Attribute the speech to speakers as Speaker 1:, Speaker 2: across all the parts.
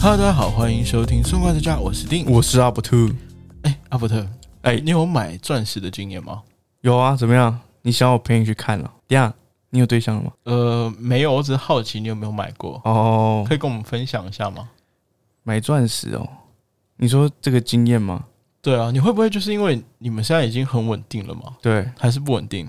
Speaker 1: Hello，大家好，欢迎收听《松瓜之家》，我是丁。
Speaker 2: 我是阿伯兔。
Speaker 1: 哎，阿伯特，
Speaker 2: 哎
Speaker 1: 你有买钻石的经验吗？
Speaker 2: 有啊，怎么样？你想我陪你去看了、等一下，你有对象了吗？
Speaker 1: 呃，没有，我只是好奇你有没有买过，
Speaker 2: 哦，
Speaker 1: 可以跟我们分享一下吗？
Speaker 2: 买钻石哦。你说这个经验吗？
Speaker 1: 对啊，你会不会就是因为你们现在已经很稳定了吗？
Speaker 2: 对，
Speaker 1: 还是不稳定？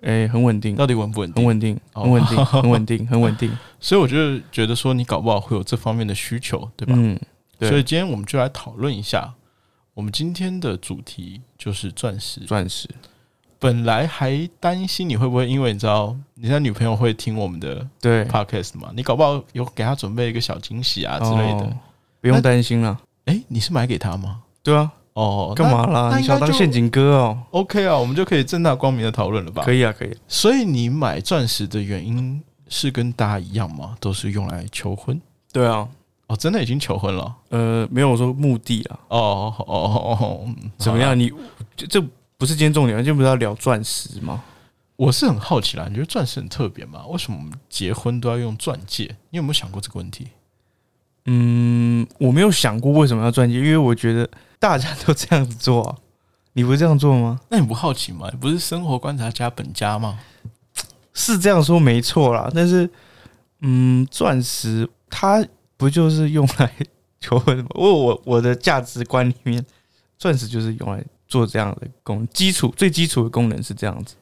Speaker 2: 哎、很稳定，
Speaker 1: 到底稳不嗯稳
Speaker 2: 很
Speaker 1: 定？
Speaker 2: 稳定，
Speaker 1: 哦
Speaker 2: 很稳 定，很稳定，很稳定。
Speaker 1: 所以我就觉得说，你搞不好会有这方面的需求，对吧？
Speaker 2: 嗯，对
Speaker 1: 所以今天我们就来讨论一下，我们今天的主题就是钻石。
Speaker 2: 钻石。
Speaker 1: 本来还担心你会不会因为你知道你现在女朋友会听我们的
Speaker 2: 对，
Speaker 1: podcast 嘛，你搞不好有给她准备一个小惊喜啊之类的。
Speaker 2: 哦不用担心了。
Speaker 1: 哎、你是买给她吗？
Speaker 2: 对啊，
Speaker 1: 哦，
Speaker 2: 干嘛啦？
Speaker 1: 那应该
Speaker 2: 你想当
Speaker 1: 就
Speaker 2: 陷阱哥哦？
Speaker 1: 那？OK 啊，我们就可以正大光明的讨论了吧？
Speaker 2: 可以啊，可以啊。
Speaker 1: 所以你买钻石的原因是跟大家一样吗？都是用来求婚？
Speaker 2: 对啊，
Speaker 1: 哦，真的已经求婚了？
Speaker 2: 呃，没有我说目的啊，
Speaker 1: 哦哦哦哦，嗯
Speaker 2: 怎么？
Speaker 1: 好啦
Speaker 2: 样？你这这不是今天重点，今天不是要聊钻石吗？
Speaker 1: 我是很好奇啦，你觉得钻石很特别吗？为什么我们结婚都要用钻戒？你有没有想过这个问题？
Speaker 2: 嗯，我没有想过为什么要钻戒，因为我觉得大家都这样子做、 啊，你不是这样做吗？
Speaker 1: 那你不好奇吗？你不是生活观察家本家吗？
Speaker 2: 是这样说没错啦，但是，嗯，钻石它不就是用来 求婚的吗？我我我的价值观里面，钻石就是用来做这样的功能，基础最基础的功能是这样子，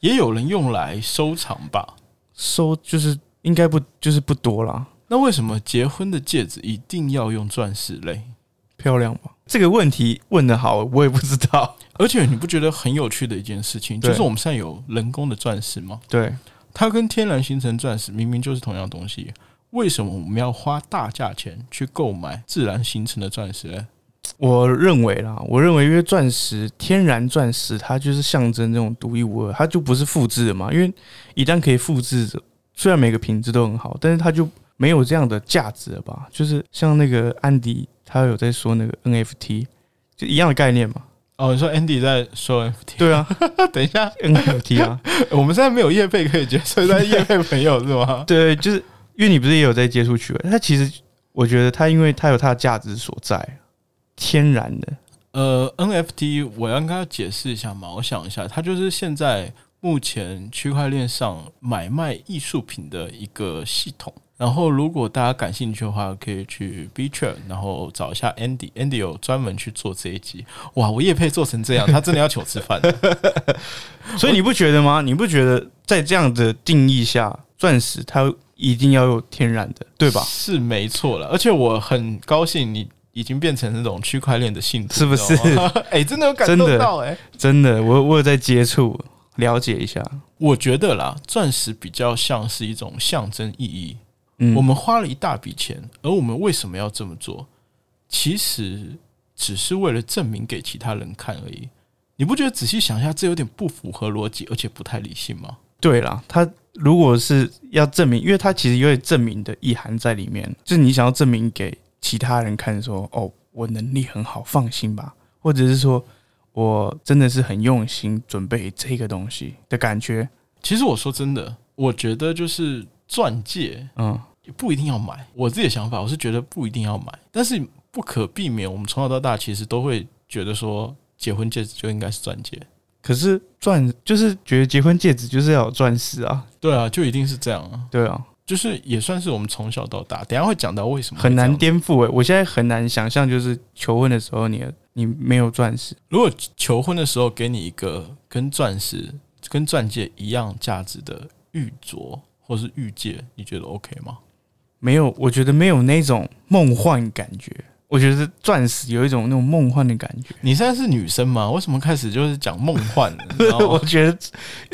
Speaker 1: 也有人用来收藏吧？
Speaker 2: 收就是应该不就是不多啦，
Speaker 1: 那为什么结婚的戒指一定要用钻石类？
Speaker 2: 漂亮吧？这个问题问的好，我也不知道。
Speaker 1: 而且你不觉得很有趣的一件事情，
Speaker 2: 对
Speaker 1: 就是我们现在有人工的钻石吗？
Speaker 2: 对，
Speaker 1: 它跟天然形成钻石明明就是同样东西，为什么我们要花大价钱去购买自然形成的钻石呢？
Speaker 2: 我认为啦，我认为因为钻石，天然钻石它就是象征这种独一无二，它就不是复制的嘛。因为一旦可以复制的，虽然每个品质都很好，但是它就没有这样的价值了吧？就是像那个安迪，他有在说那个 NFT，就一样的概念嘛。
Speaker 1: 哦，你说 Andy 在说 NFT？
Speaker 2: 对啊
Speaker 1: 等一下，
Speaker 2: ，NFT 啊，
Speaker 1: 我们现在没有业配可以接，所以在业配朋友是吗？
Speaker 2: 对，就是因为你不是也有在接触趣味，它其实我觉得它因为它有它的价值所在，天然的，
Speaker 1: 呃，NFT 我要跟他解释一下嘛，我想一下，它就是现在目前区块链上买卖艺术品的一个系统。然后，如果大家感兴趣的话，可以去 B t r a 然后找一下 Andy，Andy 有专门去做这一集。哇，我叶配做成 这样，他真的要请我吃饭。
Speaker 2: 所以你不觉得吗？你不觉得在这样的定义下，钻石它一定要有天然的，对吧？
Speaker 1: 是没错了，而且我很高兴你已经变成那种区块链的信徒，
Speaker 2: 是不是
Speaker 1: 你知道吗？ 哎、真的有感
Speaker 2: 真
Speaker 1: 动
Speaker 2: 的
Speaker 1: 到哎、
Speaker 2: 真的，我我有在接触了解一下。
Speaker 1: 我觉得啦，钻石比较像是一种象征意义，
Speaker 2: 嗯，
Speaker 1: 我们花了一大笔钱，而我们为什么要这么做？其实只是为了证明给其他人看而已。你不觉得仔细想一下，这有点不符合逻辑，而且不太理性吗？
Speaker 2: 对啦，它如果是要证明，因为它其实有点证明的意涵在里面，就是你想要证明给其他人看说哦，我能力很好，放心吧，或者是说我真的是很用心准备这个东西的感觉。
Speaker 1: 其实我说真的，我觉得就是钻戒
Speaker 2: 嗯，
Speaker 1: 不一定要买。我自己的想法，我是觉得不一定要买，但是不可避免，我们从小到大其实都会觉得说，结婚戒指就应该是钻戒。
Speaker 2: 可是钻就是觉得结婚戒指就是要有钻石啊，
Speaker 1: 对啊，就一定是这样啊，
Speaker 2: 对啊。
Speaker 1: 就是也算是我们从小到大，等一下会讲到为什么会
Speaker 2: 很
Speaker 1: 这
Speaker 2: 难
Speaker 1: 样
Speaker 2: 颠覆诶、欸我现在很难想象，就是求婚的时候你，你没有钻石，
Speaker 1: 如果求婚的时候给你一个跟钻石、跟钻戒一样价值的玉镯或是玉戒，你觉得 OK 吗？
Speaker 2: 没有，我觉得没有那种梦幻感觉。我觉得钻石有一种那种梦幻的感觉。
Speaker 1: 你现在是女生吗？为什么开始就是讲梦幻了？你知道
Speaker 2: 我
Speaker 1: 吗
Speaker 2: 觉得，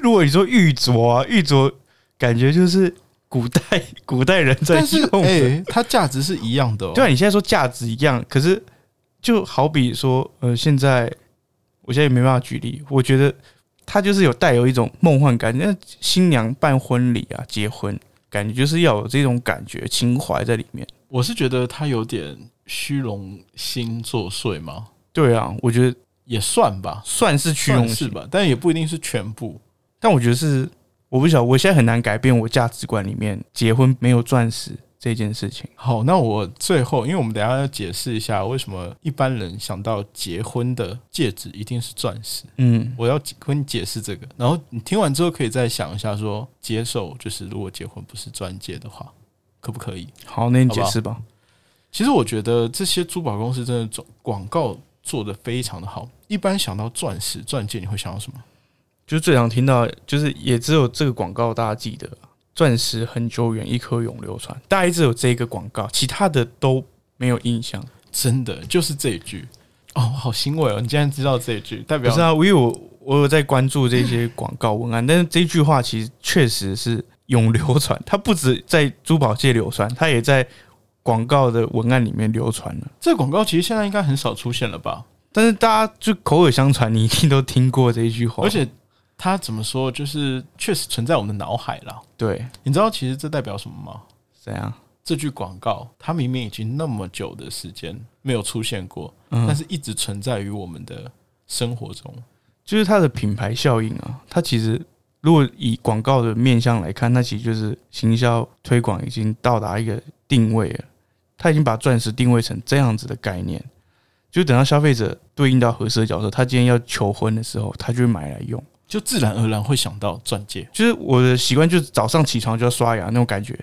Speaker 2: 如果你说玉镯啊，玉镯感觉就是古代 古代人在
Speaker 1: 但是
Speaker 2: 用的。
Speaker 1: 哎、它价值是一样的、哦。
Speaker 2: 对啊，你现在说价值一样，可是就好比说，呃，现在我现在也没办法举例，我觉得它就是有带有一种梦幻感。那新娘办婚礼啊，结婚，感觉就是要有这种感觉情怀在里面。
Speaker 1: 我是觉得它有点虚荣心作祟嘛，
Speaker 2: 对啊，我觉得
Speaker 1: 也算吧，
Speaker 2: 算是虚荣
Speaker 1: 算是
Speaker 2: 心，
Speaker 1: 吧，但也不一定是全部。
Speaker 2: 但我觉得是我不晓得，我现在很难改变我价值观里面结婚没有钻石这件事情。
Speaker 1: 好，那我最后，因为我们等一下要解释一下为什么一般人想到结婚的戒指一定是钻石，
Speaker 2: 嗯，
Speaker 1: 我要跟你解释这个。然后你听完之后，可以再想一下说，接受就是如果结婚不是钻戒的话，可不可以？
Speaker 2: 好，那你
Speaker 1: 好不
Speaker 2: 解
Speaker 1: 好
Speaker 2: 释吧。
Speaker 1: 其实我觉得这些珠宝公司真的做广告做的非常的好。一般想到钻石、钻戒，你会想到什么？
Speaker 2: 就最常听到，就是也只有这个广告大家记得，钻石很久远，一颗永流传，大概只有这个广告，其他的都没有印象。
Speaker 1: 真的就是这一句哦，我好欣慰哦！你竟然知道这一句，哦代
Speaker 2: 不
Speaker 1: 表
Speaker 2: 是啊，因为我我有在关注这些广告文案，但是这句话其实确实是永流传，它不止在珠宝界流传，它也在广告的文案里面流传了。
Speaker 1: 这广告其实现在应该很少出现了吧？
Speaker 2: 但是大家就口耳相传，你一定都听过这一句话，
Speaker 1: 而且它怎么说，就是确实存在我们的脑海啦。
Speaker 2: 对
Speaker 1: 你知道其实这代表什么吗？
Speaker 2: 怎样？
Speaker 1: 这句广告它明明已经那么久的时间没有出现过，
Speaker 2: 嗯
Speaker 1: 但是一直存在于我们的生活中。
Speaker 2: 就是它的品牌效应啊，它其实如果以广告的面向来看，那其实就是行销推广已经到达一个定位了，它已经把钻石定位成这样子的概念，就等到消费者对应到合适的角色，他今天要求婚的时候，他就会买来用。
Speaker 1: 就自然而然会想到钻戒。
Speaker 2: 就是我的习惯，就是早上起床就要刷牙那种感觉，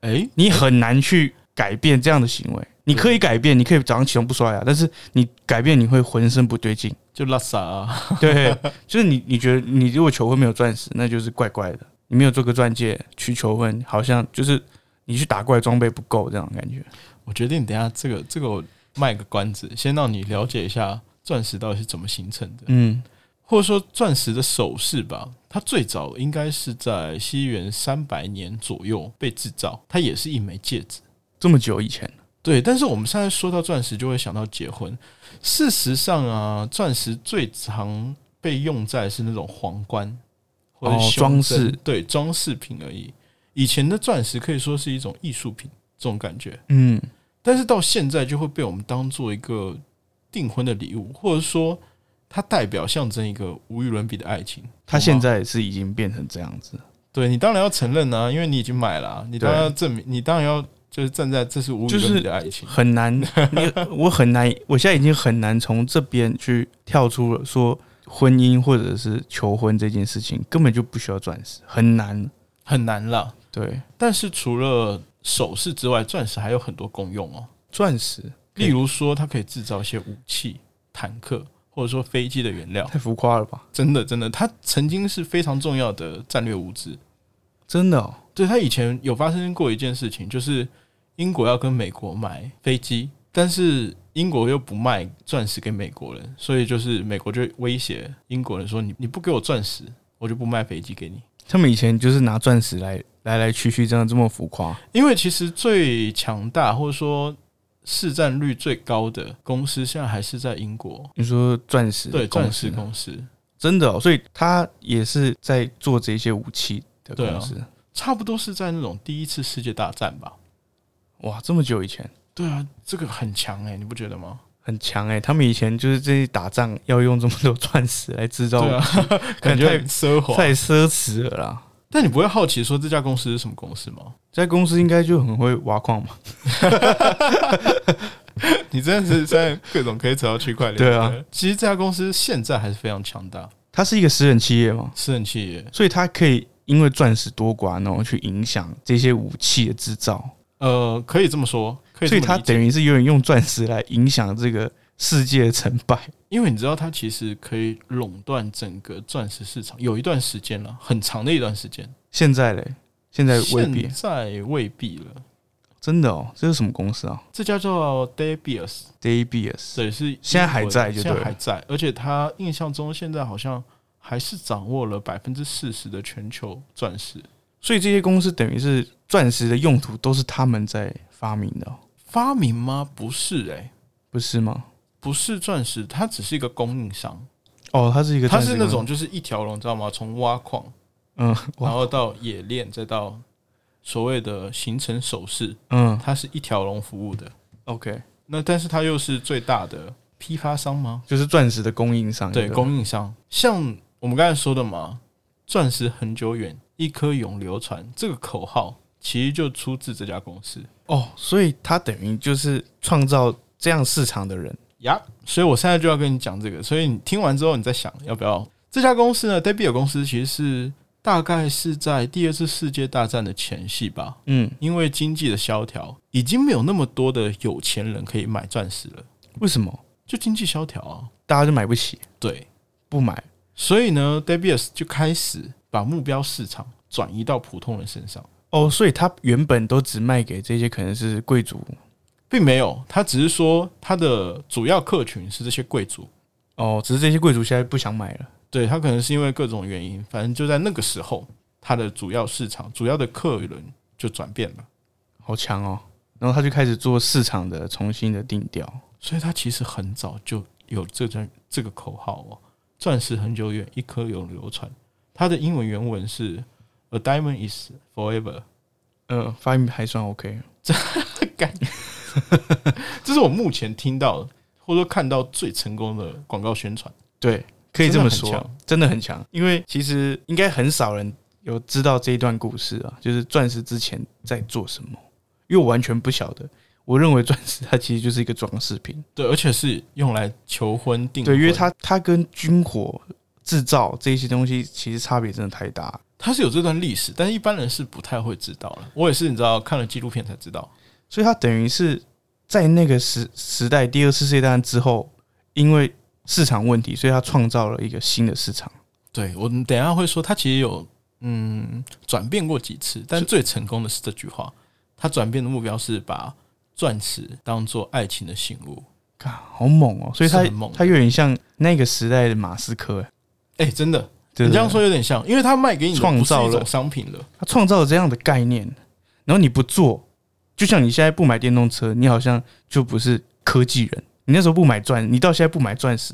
Speaker 1: 哎、
Speaker 2: 你很难去改变这样的行为。你可以改变，你可以早上起床不刷牙，但是你改变你会浑身不对劲。
Speaker 1: 就拉萨啊，
Speaker 2: 对，就是你，你觉得你如果求婚没有钻石，那就是怪怪的。你没有做个钻戒去求婚，好像就是你去打怪装备不够这样的感觉。
Speaker 1: 我决定等一下这个这个我卖个关子，先让你了解一下钻石到底是怎么形成的，
Speaker 2: 嗯，
Speaker 1: 或者说钻石的首饰吧。它最早应该是在西元三百年左右被制造，它也是一枚戒指。
Speaker 2: 这么久以前，
Speaker 1: 对，但是我们现在说到钻石，就会想到结婚。事实上啊，钻石最常被用在是那种皇冠或者
Speaker 2: 哦
Speaker 1: 胸针
Speaker 2: 装饰
Speaker 1: 对装饰品而已。以前的钻石可以说是一种艺术品，这种感觉。
Speaker 2: 嗯，
Speaker 1: 但是到现在就会被我们当做一个订婚的礼物，或者说它代表象征一个无与伦比的爱情。
Speaker 2: 他
Speaker 1: 好吗
Speaker 2: 现在是已经变成这样子。
Speaker 1: 对你当然要承认啊，因为你已经买了啊、你当然
Speaker 2: 对
Speaker 1: 要证明，你当然要就是站在这是无与
Speaker 2: 就是
Speaker 1: 伦比的爱情。
Speaker 2: 很 难，你我很难，我现在已经很难从这边去跳出了说婚姻或者是求婚这件事情根本就不需要钻石，很难。
Speaker 1: 很难啦。
Speaker 2: 对，
Speaker 1: 但是除了首饰之外，钻石还有很多功用哦。
Speaker 2: 钻石
Speaker 1: 例如说，它可以制造一些武器、坦克，或者说飞机的原 料。
Speaker 2: 太浮夸了吧？
Speaker 1: 真的，真的，它曾经是非常重要的战略物资。
Speaker 2: 真的、哦，
Speaker 1: 对，它以前有发生过一件事情，就是英国要跟美国买飞机，但是英国又不卖钻石给美国人，所以就是美国就威胁英国人说：“你你不给我钻石，我就不卖飞机给你。”
Speaker 2: 他们以前就是拿钻石来来来去去，这样这么浮夸。
Speaker 1: 因为其实最强大或者说市占率最高的公司，现在还是在英国，
Speaker 2: 你说钻石
Speaker 1: 对
Speaker 2: 公
Speaker 1: 钻
Speaker 2: 司啊
Speaker 1: 石公司，
Speaker 2: 真的、哦，所以他也是在做这些武器的
Speaker 1: 对啊
Speaker 2: 公司。
Speaker 1: 差不多是在那种第一次世界大战吧。
Speaker 2: 哇，这么久以前
Speaker 1: 对啊，这个很强哎、你不觉得吗？
Speaker 2: 很强哎、他们以前就是这些打仗要用这么多钻石来制造武
Speaker 1: 对
Speaker 2: 器，
Speaker 1: 啊，感
Speaker 2: 感
Speaker 1: 觉
Speaker 2: 觉
Speaker 1: 很奢华。
Speaker 2: 太奢侈了啦。
Speaker 1: 但你不会好奇说这家公司是什么公司吗？
Speaker 2: 在公司应该就很会挖矿嘛，
Speaker 1: 你真的是在各种可以扯到区块链。
Speaker 2: 对啊，
Speaker 1: 其实这家公司现在还是非常强大，
Speaker 2: 它是一个私人企业嘛，
Speaker 1: 私人企业。
Speaker 2: 所以它可以因为钻石多寡然后去影响这些武器的制造，
Speaker 1: 呃，可以这么说，可以
Speaker 2: 所
Speaker 1: 这
Speaker 2: 以
Speaker 1: 么
Speaker 2: 它
Speaker 1: 理解。
Speaker 2: 等于是有点用钻石来影响这个世界的成败。
Speaker 1: 因为你知道，它其实可以垄断整个钻石市场，有一段时间了，很长的一段时间。
Speaker 2: 现在嘞，现在未必
Speaker 1: 现在未必了。
Speaker 2: 真的哦，这是什么公司啊
Speaker 1: 这家叫 Debius，
Speaker 2: ？DBS
Speaker 1: 对，是英国的
Speaker 2: 现在还在就对
Speaker 1: 现
Speaker 2: 了
Speaker 1: 在还在，而且他印象中现在好像还是掌握了百分之四十的全球钻石
Speaker 2: 所以这些公司等于是钻石的用途都是他们在发明的哦、
Speaker 1: 发明吗？不是、欸，
Speaker 2: 不是吗？
Speaker 1: 不是钻石，它只是一个供应商，
Speaker 2: 哦，它是一个
Speaker 1: 它
Speaker 2: 钻石
Speaker 1: 是
Speaker 2: 公司，
Speaker 1: 那种就是一条龙，知道吗？从挖矿，
Speaker 2: 嗯
Speaker 1: 然
Speaker 2: 哇
Speaker 1: 后到冶炼，再到所谓的形成首饰，
Speaker 2: 嗯
Speaker 1: 它是一条龙服务的。
Speaker 2: ，OK，
Speaker 1: 那但是它又是最大的批发商吗？
Speaker 2: 就是钻石的供应商。
Speaker 1: 对，
Speaker 2: 吧
Speaker 1: 供应商，像我们刚才说的嘛，“钻石恒久远，一颗永流传”这个口号，其实就出自这家公司。
Speaker 2: 哦，所以他等于就是创造这样市场的人。
Speaker 1: 呀，所以我现在就要跟你讲这个，所以你听完之后，你再想要不要这家公司呢 d e b i t 公司其实是大概是在第二次世界大战的前夕吧，
Speaker 2: 嗯，
Speaker 1: 因为经济的萧条，已经没有那么多的有钱人可以买钻石了，
Speaker 2: 为什么
Speaker 1: 就经济萧条啊，
Speaker 2: 大家就买不起？
Speaker 1: 对，
Speaker 2: 不买
Speaker 1: 所以呢 d e b i t 就开始把目标市场转移到普通人身上，
Speaker 2: 哦，所以他原本都只卖给这些可能是贵族
Speaker 1: 并没有，他只是说他的主要客群是这些贵族，
Speaker 2: 哦，只是这些贵族现在不想买了。
Speaker 1: 对他可能是因为各种原因，反正就在那个时候，他的主要市场、主要的客人就转变了，
Speaker 2: 好强哦！然后他就开始做市场的重新的定调。
Speaker 1: 所以他其实很早就有这张这个口号哦，“钻石恒久远，一颗永流传”。它的英文原文是 “A diamond is forever”，
Speaker 2: 嗯、发音还算 OK。
Speaker 1: 这是我目前听到的或者说看到最成功的广告宣传。
Speaker 2: 对，可以这么
Speaker 1: 真
Speaker 2: 说
Speaker 1: 的很强，
Speaker 2: 真的很强。因为其实应该很少人有知道这一段故事啊，就是钻石之前在做什么，因为我完全不晓得。我认为钻石它其实就是一个装饰品，
Speaker 1: 对，而且是用来求婚订
Speaker 2: 对，
Speaker 1: 婚
Speaker 2: 因为它它跟军火制造这些东西其实差别真的太大了。
Speaker 1: 它是有这段历史，但是一般人是不太会知道的。我也是，你知道看了纪录片才知道。
Speaker 2: 所以它等于是在那个时时代，第二次世界大战之后，因为市场问题，所以它创造了一个新的市场。
Speaker 1: 对我们等一下会说，他其实有嗯转变过几次，但最成功的是这句话。他转变的目标是把钻石当做爱情的信物。
Speaker 2: 嘎，好猛哦！所以它
Speaker 1: 是很猛的
Speaker 2: 它有点像那个时代的马斯克，哎
Speaker 1: 哎、真的，
Speaker 2: 对
Speaker 1: 你这
Speaker 2: 不对
Speaker 1: 样说有点像，因为他卖给你的
Speaker 2: 创
Speaker 1: 不是
Speaker 2: 造
Speaker 1: 一
Speaker 2: 了
Speaker 1: 种商品了。
Speaker 2: 他创造了这样的概念，然后你不做，就像你现在不买电动车，你好像就不是科技人。你那时候不买钻，你到现在不买钻石，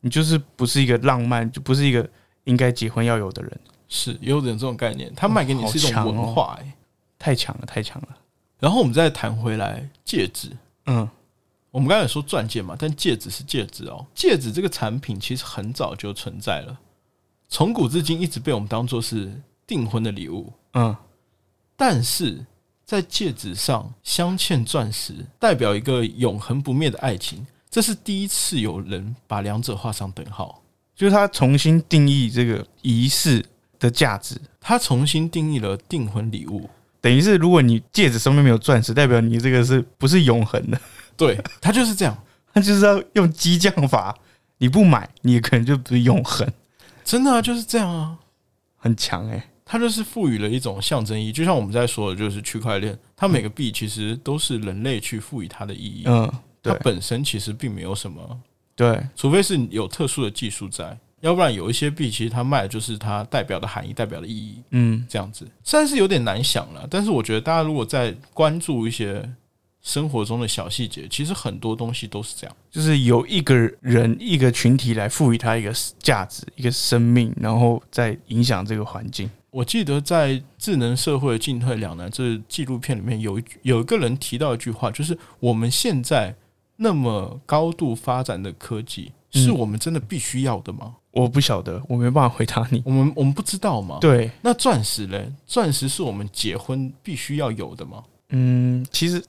Speaker 2: 你就是不是一个浪漫，就不是一个应该结婚要有的人。
Speaker 1: 是有点这种概念，他卖给你是一
Speaker 2: 好强
Speaker 1: 种
Speaker 2: 哦
Speaker 1: 文化、哎，
Speaker 2: 太强了，太强了。
Speaker 1: 然后我们再谈回来戒指，
Speaker 2: 嗯，
Speaker 1: 我们刚才有说钻戒嘛，但戒指是戒指哦。戒指这个产品其实很早就存在了，从古至今一直被我们当做是订婚的礼物。
Speaker 2: 嗯，
Speaker 1: 但是在戒指上镶嵌钻石，代表一个永恒不灭的爱情。这是第一次有人把两者画上等号，
Speaker 2: 就是他重新定义这个仪式的价值，
Speaker 1: 他重新定义了订婚礼 物。
Speaker 2: 等于是如果你戒指上面没有钻石，代表你这个是不是永恒的？
Speaker 1: 对，他就是这样，
Speaker 2: 他就是要用激将法，你不买，你可能就不是永恒，
Speaker 1: 真的啊，就是这样啊。
Speaker 2: 很强哎、
Speaker 1: 它就是赋予了一种象征意义，就像我们在说的，就是区块链，它每个币其实都是人类去赋予它的意义，
Speaker 2: 嗯，
Speaker 1: 它
Speaker 2: 对
Speaker 1: 本身其实并没有什么，
Speaker 2: 对，
Speaker 1: 除非是有特殊的技术在，要不然有一些币其实它卖的就是它代表的含义、代表的意义。
Speaker 2: 嗯，
Speaker 1: 这样子，虽然是有点难想了，但是我觉得大家如果在关注一些生活中的小细节，其实很多东西都是这样。
Speaker 2: 就是由一个人、一个群体来赋予它一个价值、一个生命，然后再影响这个环境。
Speaker 1: 我记得在《智能社会进退两难》这纪录片里面有一句有一个人提到一句话，就是我们现在那么高度发展的科技，
Speaker 2: 嗯
Speaker 1: 是我们真的必须要的吗？
Speaker 2: 我不晓得，我没办法回答你。
Speaker 1: 我们我们不知道吗？。
Speaker 2: 对，
Speaker 1: 那钻石嘞？钻石是我们结婚必须要有的吗？
Speaker 2: 嗯，其实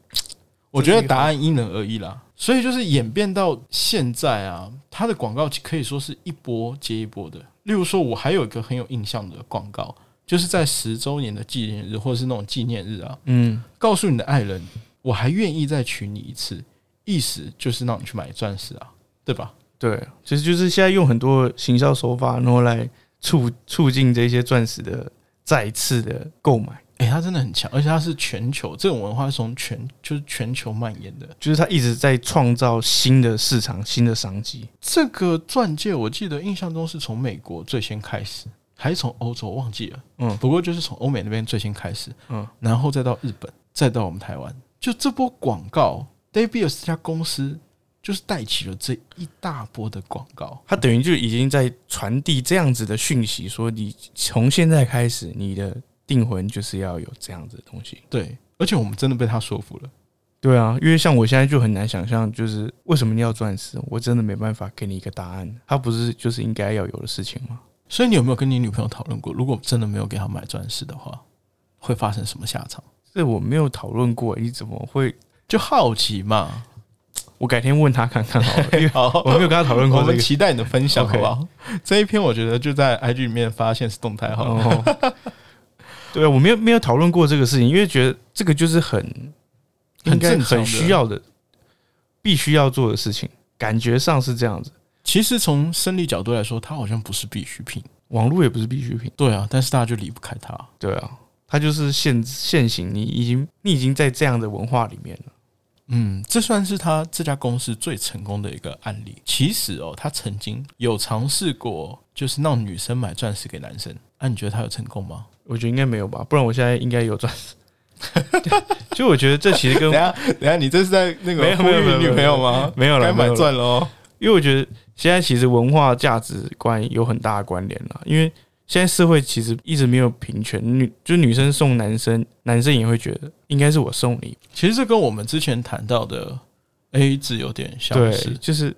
Speaker 1: 我觉得
Speaker 2: 这是一个
Speaker 1: 答案因人而异啦。所以就是演变到现在啊，它的广告可以说是一波接一波的。例如说，我还有一个很有印象的广告，就是在十周年的纪念日或是那种纪念日啊，
Speaker 2: 嗯，
Speaker 1: 告诉你的爱人，我还愿意再娶你一次，意思就是让你去买钻石啊，对吧？
Speaker 2: 对，其实就是现在用很多行销手法，然后来促促进这些钻石的再次的购买，
Speaker 1: 诶、它真的很强，而且它是全球这种文化是从全就是全球蔓延的。
Speaker 2: 就是它一直在创造新的市场、新的商机。
Speaker 1: 这个钻戒，我记得印象中是从美国最先开始，还是从欧洲我忘记了。
Speaker 2: 嗯
Speaker 1: 不过就是从欧美那边最先开始，
Speaker 2: 嗯，
Speaker 1: 然后再到日本，再到我们台湾，就这波广告 d a v i s 这家公司就是带起了这一大波的广告。
Speaker 2: 它等于就已经在传递这样子的讯息，说你从现在开始，你的订婚就是要有这样子的东西。
Speaker 1: 对，而且我们真的被他说服了。
Speaker 2: 对啊，因为像我现在就很难想象，就是为什么你要钻石，我真的没办法给你一个答案。它不是就是应该要有的事情吗？
Speaker 1: 所以你有没有跟你女朋友讨论过，如果真的没有给她买钻石的话，会发生什么下场？
Speaker 2: 这我没有讨论过，你怎么会？
Speaker 1: 就好奇嘛。
Speaker 2: 我改天问他看看好了， 因为
Speaker 1: 好，
Speaker 2: 我没有跟他讨论过
Speaker 1: 我
Speaker 2: 这
Speaker 1: 们
Speaker 2: 个。
Speaker 1: 期待你的分享，好
Speaker 2: OK
Speaker 1: 不好？这一篇我觉得就在 IG 里面发现是动态好了。
Speaker 2: 哦，对，啊我没有没有讨论过这个事情，因为觉得这个就是很
Speaker 1: 很
Speaker 2: 应该
Speaker 1: 正常的
Speaker 2: 很需要的，必须要做的事情，感觉上是这样子。
Speaker 1: 其实从生理角度来说，它好像不是必需品。
Speaker 2: 网络也不是必需品，
Speaker 1: 对啊，但是大家就离不开它。
Speaker 2: 对啊，它就是现现行，你已经你已经在这样的文化里面了。
Speaker 1: 嗯，这算是他这家公司最成功的一个案例。其实哦，他曾经有尝试过，就是让女生买钻石给男生。啊，你觉得他有成功吗？
Speaker 2: 我觉得应该没有吧，不然我现在应该有赚。 就我觉得这其实跟
Speaker 1: 等 一下，等一下，你这是在那
Speaker 2: 没
Speaker 1: 个
Speaker 2: 有
Speaker 1: 呼
Speaker 2: 没有没
Speaker 1: 吁
Speaker 2: 有
Speaker 1: 女朋友吗？
Speaker 2: 没有了，
Speaker 1: 该
Speaker 2: 没
Speaker 1: 买
Speaker 2: 有啦
Speaker 1: 钻了哦。
Speaker 2: 因为我觉得现在其实文化价值观有很大的关联啦，因为现在社会其实一直没有平权，女就是女生送男生，男生也会觉得应该是我送你，
Speaker 1: 其实这跟我们之前谈到的 A 字有点相
Speaker 2: 对
Speaker 1: 似，。
Speaker 2: 就是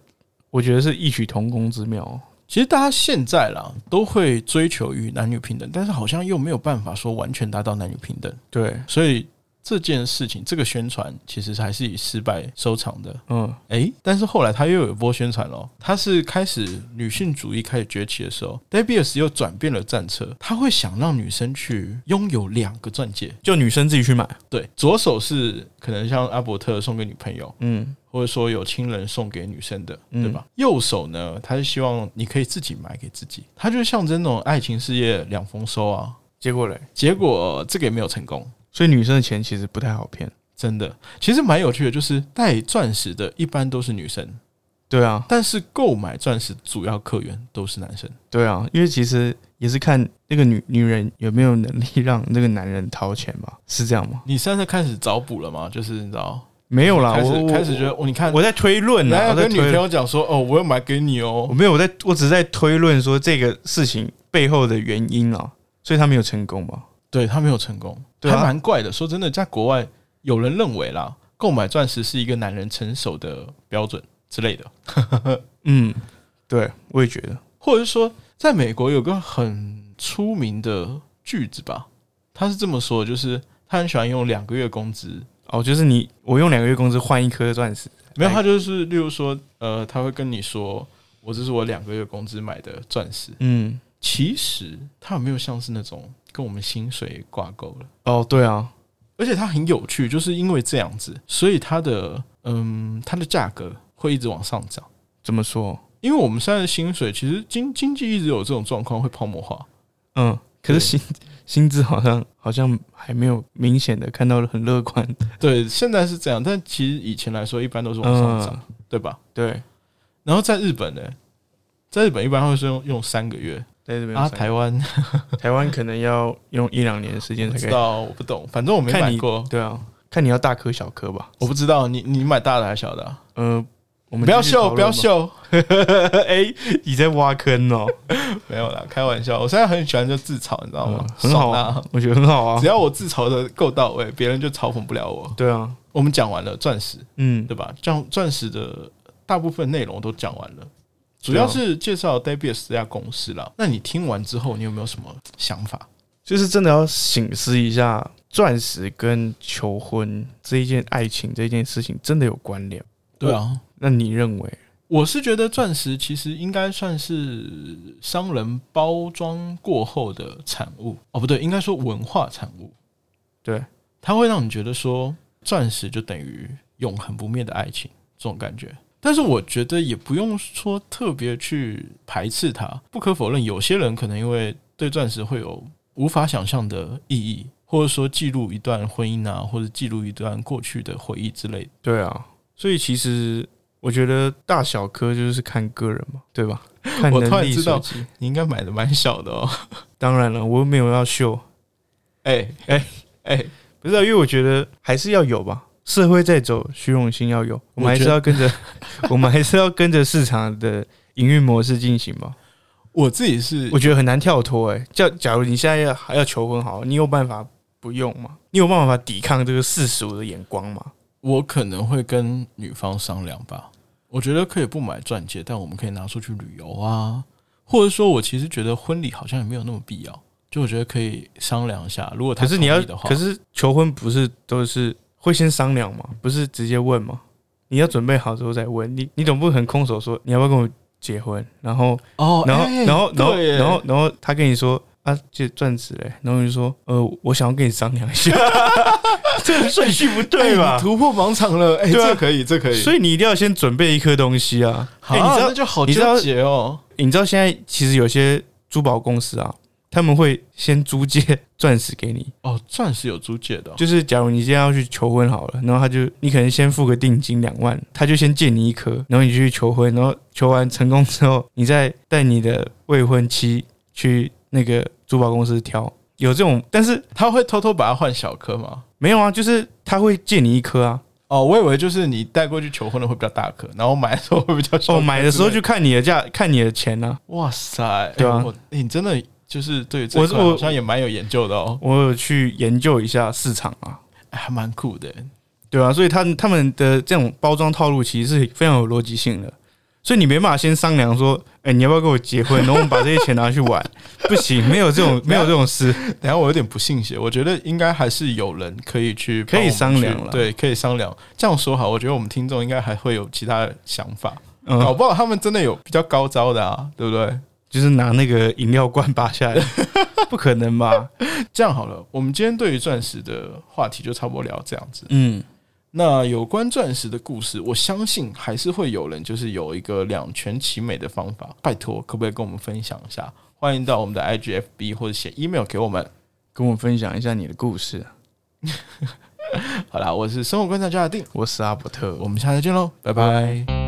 Speaker 2: 我觉得是异曲同工之妙。
Speaker 1: 其实大家现在啦都会追求于男女平等，但是好像又没有办法说完全达到男女平等，
Speaker 2: 对，
Speaker 1: 所以这件事情这个宣传其实还是以失败收场的。
Speaker 2: 嗯，
Speaker 1: 诶，但是后来他又有一波宣传咯，他是开始女性主义开始崛起的时候 d a b i u s 又转变了战车，他会想让女生去拥有两个钻戒，
Speaker 2: 就女生自己去买，
Speaker 1: 对，左手是可能像阿伯特送给女朋友，
Speaker 2: 嗯，
Speaker 1: 或者说有亲人送给女生的，
Speaker 2: 嗯
Speaker 1: 对吧？右手呢，他是希望你可以自己买给自己，它就象征那种爱情事业两丰收啊。
Speaker 2: 结果嘞，
Speaker 1: 结果、这个也没有成功，
Speaker 2: 所以女生的钱其实不太好骗。
Speaker 1: 真的。其实蛮有趣的，就是戴钻石的一般都是女生，
Speaker 2: 对啊，
Speaker 1: 但是购买钻石主要客源都是男生。
Speaker 2: 对啊，因为其实也是看那个女女人有没有能力让那个男人掏钱吧， 是这样吗？
Speaker 1: 你现在开始找补了吗？就是你知道，
Speaker 2: 没有啦，
Speaker 1: 开
Speaker 2: 我
Speaker 1: 始
Speaker 2: 啊我
Speaker 1: 开始觉得，哦，你看，
Speaker 2: 我在推论
Speaker 1: 你
Speaker 2: 啊，
Speaker 1: 要
Speaker 2: 我在
Speaker 1: 跟女
Speaker 2: 推
Speaker 1: 朋
Speaker 2: 论
Speaker 1: 友讲说，哦，我要买给你
Speaker 2: 我
Speaker 1: 哦。
Speaker 2: 没有，我在我只是在推论说这个事情背后的原因啊，所以他没有成功吧？
Speaker 1: 对他没有成功，
Speaker 2: 对啊
Speaker 1: 还蛮怪的。说真的，在国外有人认为啦，购买钻石是一个男人成熟的标准之类的，
Speaker 2: 嗯，对，我也觉得，
Speaker 1: 或者是说，在美国有个很出名的句子吧，他是这么说的，就是他很喜欢用两个月工资，
Speaker 2: 哦，就是你我用两个月工资换一颗钻石，
Speaker 1: 没有
Speaker 2: 哎
Speaker 1: 他就是例如说，呃，他会跟你说，我这是我两个月工资买的钻石，
Speaker 2: 嗯，
Speaker 1: 其实他有没有像是那种跟我们薪水挂钩了？
Speaker 2: 哦，对啊，
Speaker 1: 而且它很有趣，就是因为这样子，所以它的嗯，它的价格会一直往上涨。
Speaker 2: 怎么说？
Speaker 1: 因为我们现在的薪水，其实经经济一直有这种状况，会泡沫化。
Speaker 2: 嗯，
Speaker 1: 对
Speaker 2: 可是薪薪资好像好像还没有明显的看到很乐观，
Speaker 1: 对，现在是这样，但其实以前来说，一般都是往上涨，
Speaker 2: 嗯，
Speaker 1: 对吧？
Speaker 2: 对，
Speaker 1: 然后在日本呢，在日本一般会是用用三个月，
Speaker 2: 在这边
Speaker 1: 啊，
Speaker 2: 有三
Speaker 1: 台湾
Speaker 2: 台湾可能要用一两年的时间
Speaker 1: 不
Speaker 2: 才
Speaker 1: 知
Speaker 2: 可以，
Speaker 1: 道，我不懂，反正我没
Speaker 2: 看
Speaker 1: 买
Speaker 2: 你
Speaker 1: 过，
Speaker 2: 对啊，看你要大颗小颗吧，
Speaker 1: 我不知道你你买大的还是小的啊、
Speaker 2: 呃，我们
Speaker 1: 不要
Speaker 2: 继续讨
Speaker 1: 秀，
Speaker 2: 论
Speaker 1: 不要
Speaker 2: 吧，
Speaker 1: 秀，
Speaker 2: 哎，你在挖坑 哦，
Speaker 1: 没有啦，开玩笑。我现在很喜欢就自嘲，你知道吗？
Speaker 2: 嗯很
Speaker 1: 爽
Speaker 2: 好
Speaker 1: 啊！
Speaker 2: 我觉得很好啊
Speaker 1: 只，要我自嘲的够到位，别人就嘲讽不了我。
Speaker 2: 对啊，
Speaker 1: 我们讲完了钻石，
Speaker 2: 嗯，
Speaker 1: 对吧？讲钻石的大部分内容都讲完了，主要是介绍 Debius 这家公司啦。那你听完之后，你有没有什么想法？
Speaker 2: 就是真的要醒思一下，钻石跟求婚这一件爱情这件事情真的有关联。对
Speaker 1: 啊，
Speaker 2: 那你认为？
Speaker 1: 我是觉得钻石其实应该算是商人包装过后的产物，哦，不对，应该说文化产物。
Speaker 2: 对，
Speaker 1: 它会让你觉得说，钻石就等于永恒不灭的爱情这种感觉。但是我觉得也不用说特别去排斥它。不可否认，有些人可能因为对钻石会有无法想象的意义，或者说记录一段婚姻啊，或者记录一段过去的回忆之类的。
Speaker 2: 对啊，所以其实我觉得大小颗就是看个人嘛，对吧？看
Speaker 1: 我
Speaker 2: 能
Speaker 1: 突然
Speaker 2: 力
Speaker 1: 知
Speaker 2: 所
Speaker 1: 道
Speaker 2: 及。
Speaker 1: 你应该买的蛮小的哦。
Speaker 2: 当然了，我又没有要秀，
Speaker 1: 哎哎哎，
Speaker 2: 不是、啊，因为我觉得还是要有吧。社会在走，虚荣心要有，我们还
Speaker 1: 我觉
Speaker 2: 是要跟着， 我们还是要跟着市场的营运模式进行吧。
Speaker 1: 我自己是
Speaker 2: 我觉得很难跳脱哎、欸。假假如你现在要还要求婚，好，你有办法不用吗？你有办法抵抗这个世俗的眼光吗？
Speaker 1: 我可能会跟女方商量吧。我觉得可以不买钻戒，但我们可以拿出去旅游啊，或者说我其实觉得婚礼好像也没有那么必要，就我觉得可以商量一下，如果他
Speaker 2: 可是你要
Speaker 1: 同意的，话，
Speaker 2: 可是求婚不是都是会先商量吗？不是直接问吗？你要准备好之后再问。你你总不可能空手说你要不要跟我结婚，然后
Speaker 1: 哦，
Speaker 2: 然后
Speaker 1: 哎
Speaker 2: 然后然后
Speaker 1: 对耶
Speaker 2: 然后然后他跟你说啊，这钻石嘞，然后你就说呃，我想要跟你商量一下， 这个顺序不对
Speaker 1: 哎
Speaker 2: 吧
Speaker 1: 你？突破盲场了，哎，
Speaker 2: 对啊
Speaker 1: 这可以，这可以，
Speaker 2: 所以你一定要先准备一颗东西啊！哎，
Speaker 1: 啊
Speaker 2: 你知道
Speaker 1: 那就好
Speaker 2: 你知道
Speaker 1: 纠结哦。
Speaker 2: 你知道现在其实有些珠宝公司啊，他们会先租借 钻石给你，
Speaker 1: 哦，钻石有租借的哦、
Speaker 2: 就是假如你今天要去求婚好了，然后他就你可能先付个定金两万，他就先借你一颗，然后你就去求婚，然后求完成功之后，你再带你的未婚妻去那个珠宝公司挑，有这种，但是
Speaker 1: 他会偷偷把它换小颗吗？
Speaker 2: 没有啊，就是他会借你一颗啊，
Speaker 1: 哦，我以为就是你带过去求婚的会比较大颗，然后买的时候会比较小颗
Speaker 2: 哦，买的时候
Speaker 1: 之类
Speaker 2: 就看你的价，看你的钱啊。
Speaker 1: 哇塞，
Speaker 2: 对啊
Speaker 1: 哎我哎你真的就是对这
Speaker 2: 我
Speaker 1: 块
Speaker 2: 我
Speaker 1: 好像也蛮有研究的哦，
Speaker 2: 我有去研究一下市场啊，
Speaker 1: 哎还蛮酷的。
Speaker 2: 对啊，所以他他们的这种包装套路其实是非常有逻辑性的，所以你没办法先商量说，哎、你要不要跟我结婚，然后我们把这些钱拿去玩，不行，没有这种没有这种事，
Speaker 1: 等一下我有点不信邪，我觉得应该还是有人可以去
Speaker 2: 可
Speaker 1: 帮
Speaker 2: 以
Speaker 1: 我们
Speaker 2: 商量
Speaker 1: 去
Speaker 2: 啦
Speaker 1: 对，可以商量。这样说好，我觉得我们听众应该还会有其他的想法，搞
Speaker 2: 嗯，
Speaker 1: 不好他们真的有比较高招的啊，对不对？
Speaker 2: 就是拿那个饮料罐拔下来，不可能吧？
Speaker 1: 这样好了，我们今天对于钻石的话题就差不多聊这样子。
Speaker 2: 嗯，
Speaker 1: 那有关钻石的故事，我相信还是会有人就是有一个两全其美的方法。拜托，可不可以跟我们分享一下？欢迎到我们的 IGFB 或者写 email 给我们。
Speaker 2: 跟我分享一下你的故事，
Speaker 1: 好啦，我是生活观察家的定，
Speaker 2: 我是阿伯特，
Speaker 1: 我们下次见喽，拜拜